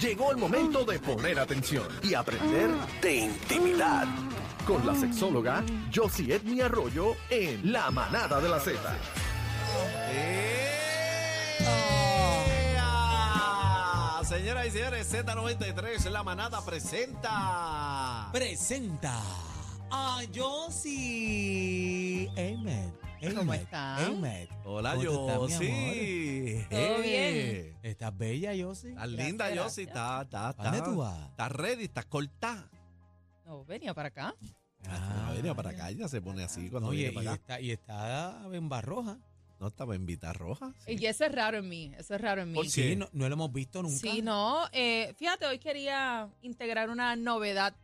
Llegó el momento de poner atención y aprender de intimidad. Con la sexóloga Josie Edmi Arroyo en La Manada de la Z. ¡Ea! Señoras y señores, Z93, la manada presenta. presenta a Josie Ahmed. ¿Cómo está? Ahmed. Hola, ¿Cómo tú estás, mi Yossi. ¿Todo Eh, ¿Estás bella, Josie? Estás linda, Gracias, Yossi. gracias. Estás está, ¿Para dónde tú vas? Estás ready, estás corta. No, venía para acá. Ah, venía para acá, ella se pone así cuando Oye, viene y para acá. está, y está en Barroja. No estaba en Vita Roja. Y eso es raro en mí, eso es raro en mí. ¿Por qué? Sí, no, no lo hemos visto nunca. Sí, no, eh, fíjate, hoy quería integrar una novedad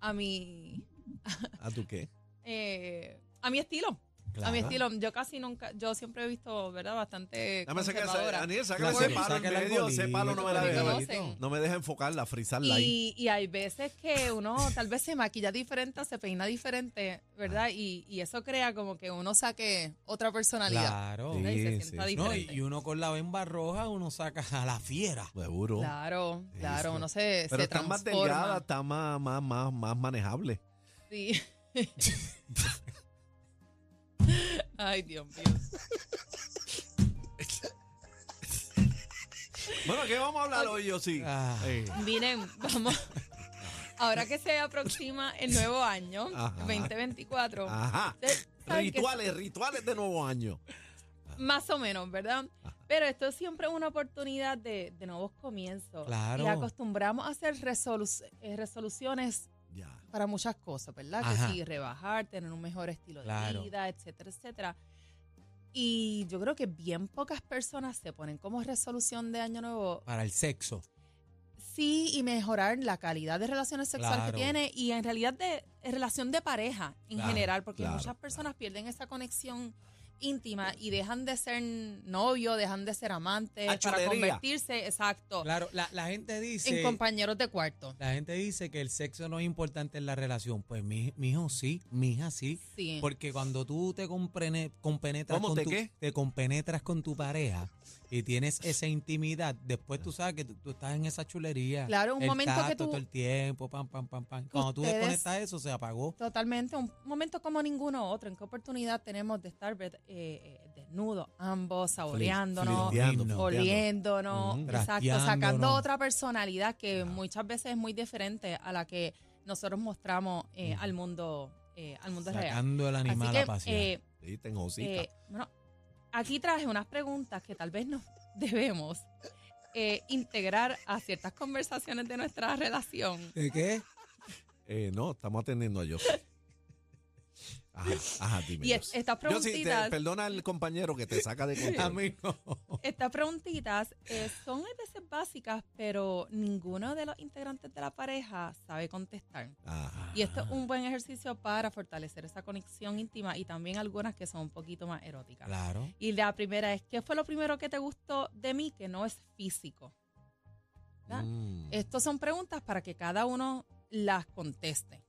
a mi, ¿A Ah, tú qué? eh, a mi estilo. A Claro. mi estilo, yo casi nunca, yo siempre he visto, ¿verdad? Bastante Dame sacar ese, conservadora. Aniel, sácame Claro, ese sí. palo en Sácala el medio, ese bolito, palo no me la porque deja. no sé. No me deja enfocarla, frizarla ahí. Y, y hay veces que uno tal vez se maquilla diferente, se peina diferente, Ah. ¿verdad? Y, y eso crea como que uno saque otra personalidad. Claro. Sí, ¿verdad? Y se sí, sienta sí. No, y, diferente. y uno con la bemba roja, uno saca a la fiera. Seguro. Claro, claro, Eso. uno se, Pero se está más transforma. delgada, está más, más, más, más manejable. Sí. Ay, Dios mío. Bueno, ¿qué vamos a hablar hoy, Yossi? Ah. Eh. Miren, vamos. Ahora que se aproxima el nuevo año, Ajá. Ah. 2024, Ajá. ustedes saben que- Rituales, rituales de nuevo año. más o menos, ¿verdad? Pero esto es siempre una oportunidad de, de nuevos comienzos. Claro. Y acostumbramos a hacer resolu- eh, resoluciones Ya. para muchas cosas, ¿verdad? Ajá. Que sí, rebajar, tener un mejor estilo Claro. de vida, etcétera, etcétera. Y yo creo que bien pocas personas se ponen como resolución de año nuevo Para el sexo. Sí, y mejorar la calidad de relaciones sexuales Claro. que tiene y en realidad de en relación de pareja en Claro, general, porque claro, muchas personas pierden esa conexión íntima y dejan de ser novio, dejan de ser amantes Ah, para chulería. convertirse, exacto, Claro, la, la gente dice. Oh. en compañeros de cuarto. La gente dice que el sexo no es importante en la relación. Pues mi, mijo sí, mija sí. Sí. Porque cuando tú te compene- compenetras ¿Cómo con te tu, qué? te compenetras con tu pareja y tienes esa intimidad, después tú sabes que tú, tú estás en esa chulería. Claro, un el momento que tacto tú- todo el tiempo, pam, pam, pam, pam. que Cuando tú ustedes- desconectas eso, se apagó. Totalmente, un momento como ninguno otro. ¿En qué oportunidad tenemos de estar eh, eh, desnudos ambos, saboreándonos, Flinteando, flinteando. Mm, oliéndonos, Ujú. exacto, Trasteándonos. sacando otra personalidad que muchas veces es muy diferente a la que nosotros mostramos eh, al mundo, eh, al mundo real. Mm. Sacando el animal a Así pasear. que, eh, Sí, tengo hocica. eh, bueno, aquí traje unas preguntas que tal vez nos debemos eh, integrar a ciertas conversaciones de nuestra relación. ¿De qué? Eh, no, estamos atendiendo a yo. Ajá, ajá, dime. Y es- Yossi. estas Yossi, preguntitas... te- perdona al compañero que te saca de control. Amigo. Estas preguntitas eh, son a veces básicas, pero ninguno de los integrantes de la pareja sabe contestar. Ajá. Y Ah. esto es un buen ejercicio para fortalecer esa conexión íntima y también algunas que son un poquito más eróticas. Claro. Y la primera es, ¿qué fue lo primero que te gustó de mí que no es físico? ¿Verdad? Mm. Estas son preguntas para que cada uno las conteste.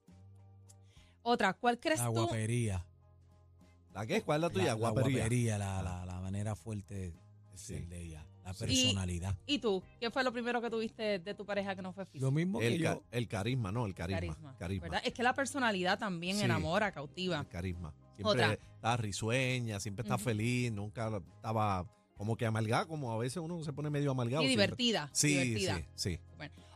Otra, ¿cuál crees La tú? guapería. ¿La qué? ¿Cuál es la La, tuya? la Guapería. Ah. guapería, la, la- la manera fuerte de ser Sí. de ella. La Sí. personalidad. ¿Y tú? ¿Qué fue lo primero que tuviste de tu pareja que no fue físico? Lo mismo que El, yo. ca- el carisma, no, el carisma. Carisma, Carisma. ¿verdad? Es que la personalidad también Sí. enamora, cautiva. El carisma. Siempre Otra. está risueña, siempre está Ujú. feliz, nunca estaba como que amalgada, como a veces uno se pone medio amalgado. Y siempre. divertida. Sí, divertida. sí, sí.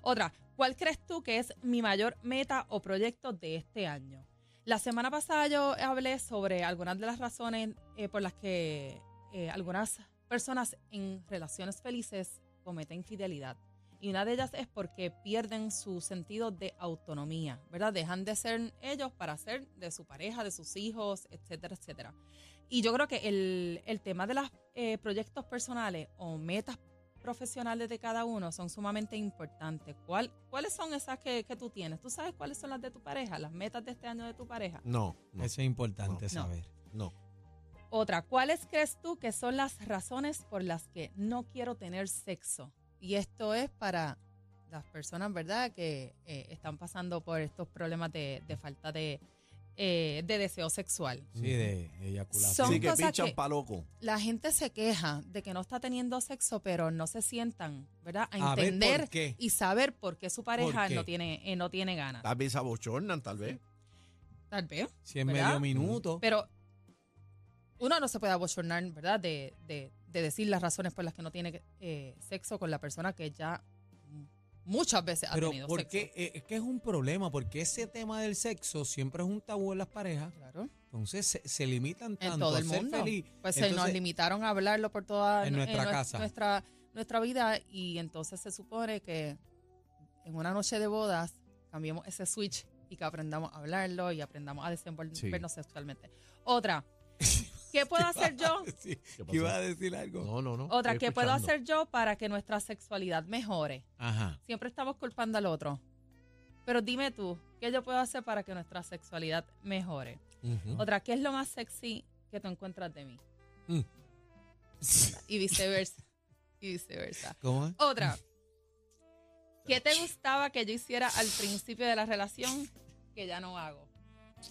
Otra, ¿cuál crees tú que es mi mayor meta o proyecto de este año? La semana pasada yo hablé sobre algunas de las razones eh, por las que eh, algunas personas en relaciones felices cometen infidelidad. Y una de ellas es porque pierden su sentido de autonomía, ¿verdad? Dejan de ser ellos para ser de su pareja, de sus hijos, etcétera, etcétera. Y yo creo que el, el tema de los proyectos personales eh, o metas profesionales de cada uno son sumamente importantes. ¿Cuál, ¿Cuáles son esas que, que tú tienes? ¿Tú sabes cuáles son las de tu pareja? ¿Las metas de este año de tu pareja? No, no, Eso es importante No. saber. no. Otra, ¿cuáles crees tú que son las razones por las que no quiero tener sexo? Y esto es para las personas, ¿verdad?, que eh, están pasando por estos problemas de, de falta de, eh, de deseo sexual. Sí, de eyaculación. Son sí que cosas pinchan que- pa' loco. La gente se queja de que no está teniendo sexo, pero no se sientan, ¿verdad?, a A ver, ¿por entender qué? y saber por qué su pareja qué? no tiene eh, no tiene ganas. Tal vez se abochornan, tal vez. Tal vez. Si en ¿verdad? medio minuto. Pero uno no se puede abochornar, ¿verdad? De, de- de decir las razones por las que no tiene eh, sexo con la persona que ya muchas veces ha Pero tenido ¿por sexo. qué? Eh, Es que es un problema, porque ese tema del sexo siempre es un tabú en las parejas. Claro. Entonces se, se limitan En tanto todo a el ser mundo. feliz. Pues se nos Entonces, limitaron a hablarlo por toda En nuestra nue- casa. Nuestra, nuestra vida y entonces se supone que en una noche de bodas cambiemos ese switch y que aprendamos a hablarlo y aprendamos a desenvolvernos sexualmente. Otra, ¿qué puedo hacer yo? Sí, ¿Qué que iba pasó? a decir algo. No, no, no. Otra, estoy ¿qué puedo escuchando. hacer yo para que nuestra sexualidad mejore? Ajá. Siempre estamos culpando al otro. Pero dime tú, ¿qué yo puedo hacer para que nuestra sexualidad mejore? Ujú. Otra, ¿qué es lo más sexy que tú encuentras de mí? Oh. Mm. Y viceversa. y viceversa. ¿Cómo es? Otra, ¿qué te gustaba que yo hiciera al principio de la relación que ya no hago?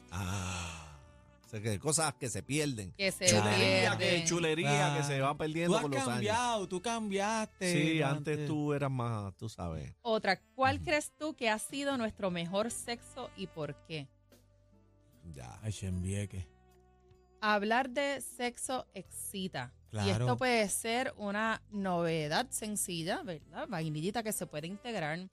Ah, o sea, que cosas que se pierden. Que se Chulería, que, pierden. chulería que se va Tú perdiendo has con los años. cambiado, tú cambiaste. Sí, durante- antes tú eras más, tú sabes. Otra, ¿cuál Ujú. crees tú que ha sido nuestro mejor sexo y por qué? Ya. Ay, Shenbieque. Hablar de sexo excita. Y Claro. esto puede ser una novedad sencilla, ¿verdad? Vainillita que se puede integrar.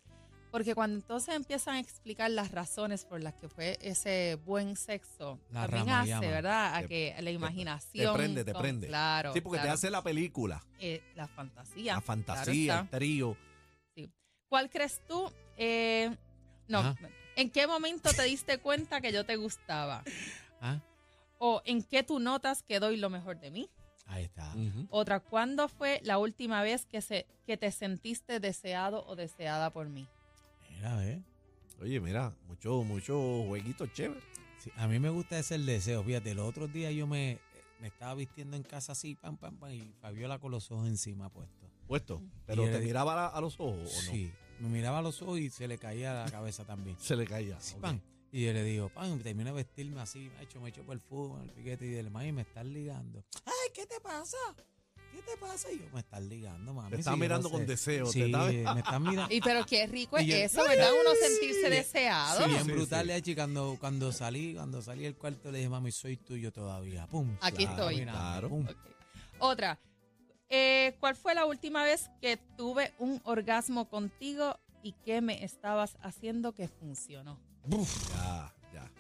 Porque cuando entonces empiezan a explicar las razones por las que fue ese buen sexo, La también rama hace, llama. ¿verdad? A Te- que la imaginación. prende, te con- prende. Claro. Sí, porque te claro. hace la película, Eh, la fantasía. la claro fantasía, el está. trío. ¿Cuál crees tú? Eh, no. Ajá. ¿En qué momento te diste cuenta que yo te gustaba? Ah, ¿O en qué tú notas que doy lo mejor de mí? ahí está. Ujú. Otra, ¿cuándo fue la última vez que, se, que te sentiste deseado o deseada por mí? Mira, ¿eh? Oye, mira, mucho, mucho jueguito chévere. Sí, a mí me gusta ese el deseo. Fíjate, los otros días yo me, me estaba vistiendo en casa así, pam, pam, pam, y Fabiola con los ojos encima puesto. Puesto. Pero Y te el- miraba a, a los ojos o no. Sí, me miraba a los ojos y se le caía la cabeza también. Se le caía. Sí, Ah, ok. pan. Y yo le digo, pan, termino de vestirme así, macho, me echo perfume, el piquete y del maíz, me están ligando. Ay, ¿qué te pasa? ¿Qué te pasa? Y yo, me están ligando, mami. Te si están yo no mirando con sé". deseo. te Sí, están- me están mirando. Y pero qué rico es Y yo- eso, ¿verdad? Uno sentirse Sí. deseado. Sí, bien Sí, brutal, sí. de hecho, y cuando, cuando salí, cuando salí del cuarto le dije, mami, soy tuyo todavía. Pum. salí Aquí estoy. caminando, Claro. pum. Ok. Otra, eh, ¿cuál fue la última vez que tuve un orgasmo contigo y qué me estabas haciendo que funcionó? Ya, ya.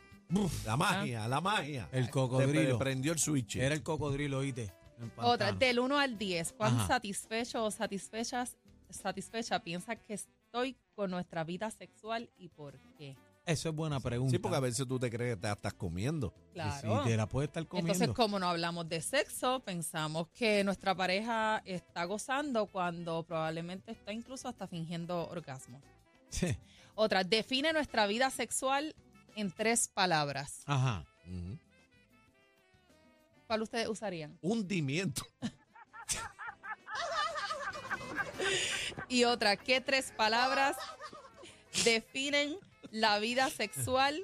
La magia, la magia. El Te cocodrilo. pre- prendió el switch. Era el cocodrilo, oíste. en Otra, pantano. del 1 al 10, ¿cuán Ajá. satisfecho o satisfechas, satisfecha piensa que estoy con nuestra vida sexual y por qué? Eso es buena pregunta. Sí, porque a veces tú te crees que te la estás comiendo. Claro. Sí, te la puedes estar comiendo. Entonces, como no hablamos de sexo, pensamos que nuestra pareja está gozando cuando probablemente está incluso hasta fingiendo orgasmo. Sí. Otra, define nuestra vida sexual en tres palabras. Ah. Ajá. Ujú. ¿Cuál ustedes usarían? Hundimiento. Y otra, ¿qué tres palabras definen la vida sexual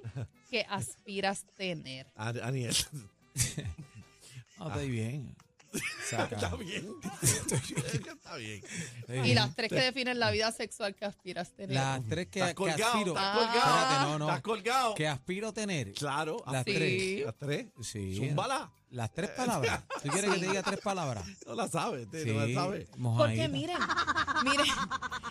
que aspiras tener? A- Aniel. Ah, estoy bien. Saca. Está bien. Está bien. Estoy Y bien. las tres que definen la vida sexual que aspiras tener. Las tres que, Estás que colgado, aspiro. estás colgado. Espérate, no, no. Estás colgado. Que aspiro tener. Claro. Las así. tres. Las tres. Sí. Zúmbala. Las tres palabras. ¿Tú quieres que te diga tres palabras? No la sabes. te- Sí. No la sabes. Porque mojadita. miren, miren,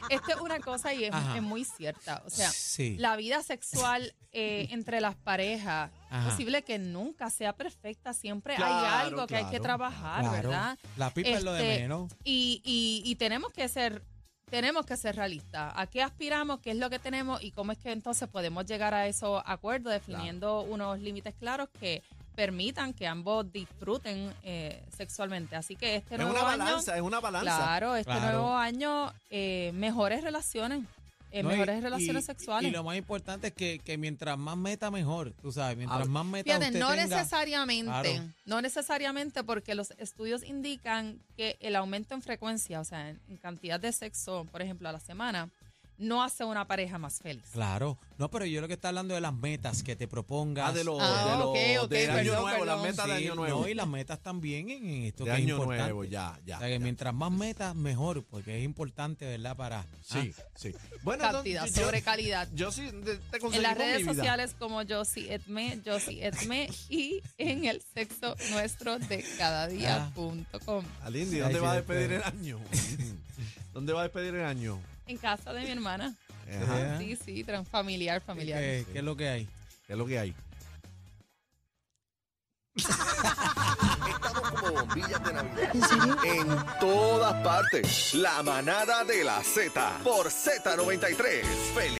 esto es una cosa y es, Ajá. es muy cierta. O sea, Sí. la vida sexual eh, entre las parejas Ajá. es posible que nunca sea perfecta. Siempre hay Claro, algo que hay que claro, trabajar, Claro. ¿verdad? La pipa es lo de Este, menos. Y, y- y tenemos que ser tenemos que ser realistas. ¿A qué aspiramos? ¿Qué es lo que tenemos? ¿Y cómo es que entonces podemos llegar a esos acuerdos definiendo unos límites claros que permitan que ambos disfruten eh, sexualmente. Así que este Es nuevo una año, balanza, es una balanza. claro, este Claro. nuevo año eh, mejores relaciones, eh, No, y- mejores y- relaciones y- sexuales. Y, lo más importante es que, que mientras más meta, mejor. Tú sabes, mientras Ah, más meta Fíjate, usted no tenga- necesariamente, Claro. no necesariamente porque los estudios indican que el aumento en frecuencia, o sea, en, en cantidad de sexo, por ejemplo, a la semana, no hace una pareja más feliz. Claro. No, pero yo lo que está hablando de las metas que te propongas. Ah, de los Ah, de, los- ok, ok, de año perdón, nuevo, las perdón. metas de Sí, año nuevo. No, y las metas también en en esto de que es año importante. nuevo, ya, ya. o sea, que ya. mientras más metas, mejor, porque es importante, ¿verdad? Para. ah, Sí, sí. Bueno, Cantidad entonces, yo- sobre calidad. Yo sí te- te conseguí En las con mi redes vida. sociales como Josie Edme, Josie Edme y en el sexo nuestro de cada Ah. día.com. Alindy, Sí, ¿dónde ahí va a sí, despedir este- el año? ¿Dónde va a despedir el año? En casa de mi hermana. Ajá. Ajá. Sí, sí, tran- familiar, familiar. ¿Qué, qué es lo que hay? ¿Qué es lo que hay? Estamos como bombillas de Navidad. En todas partes. La manada de la Z por Z93. Feliz.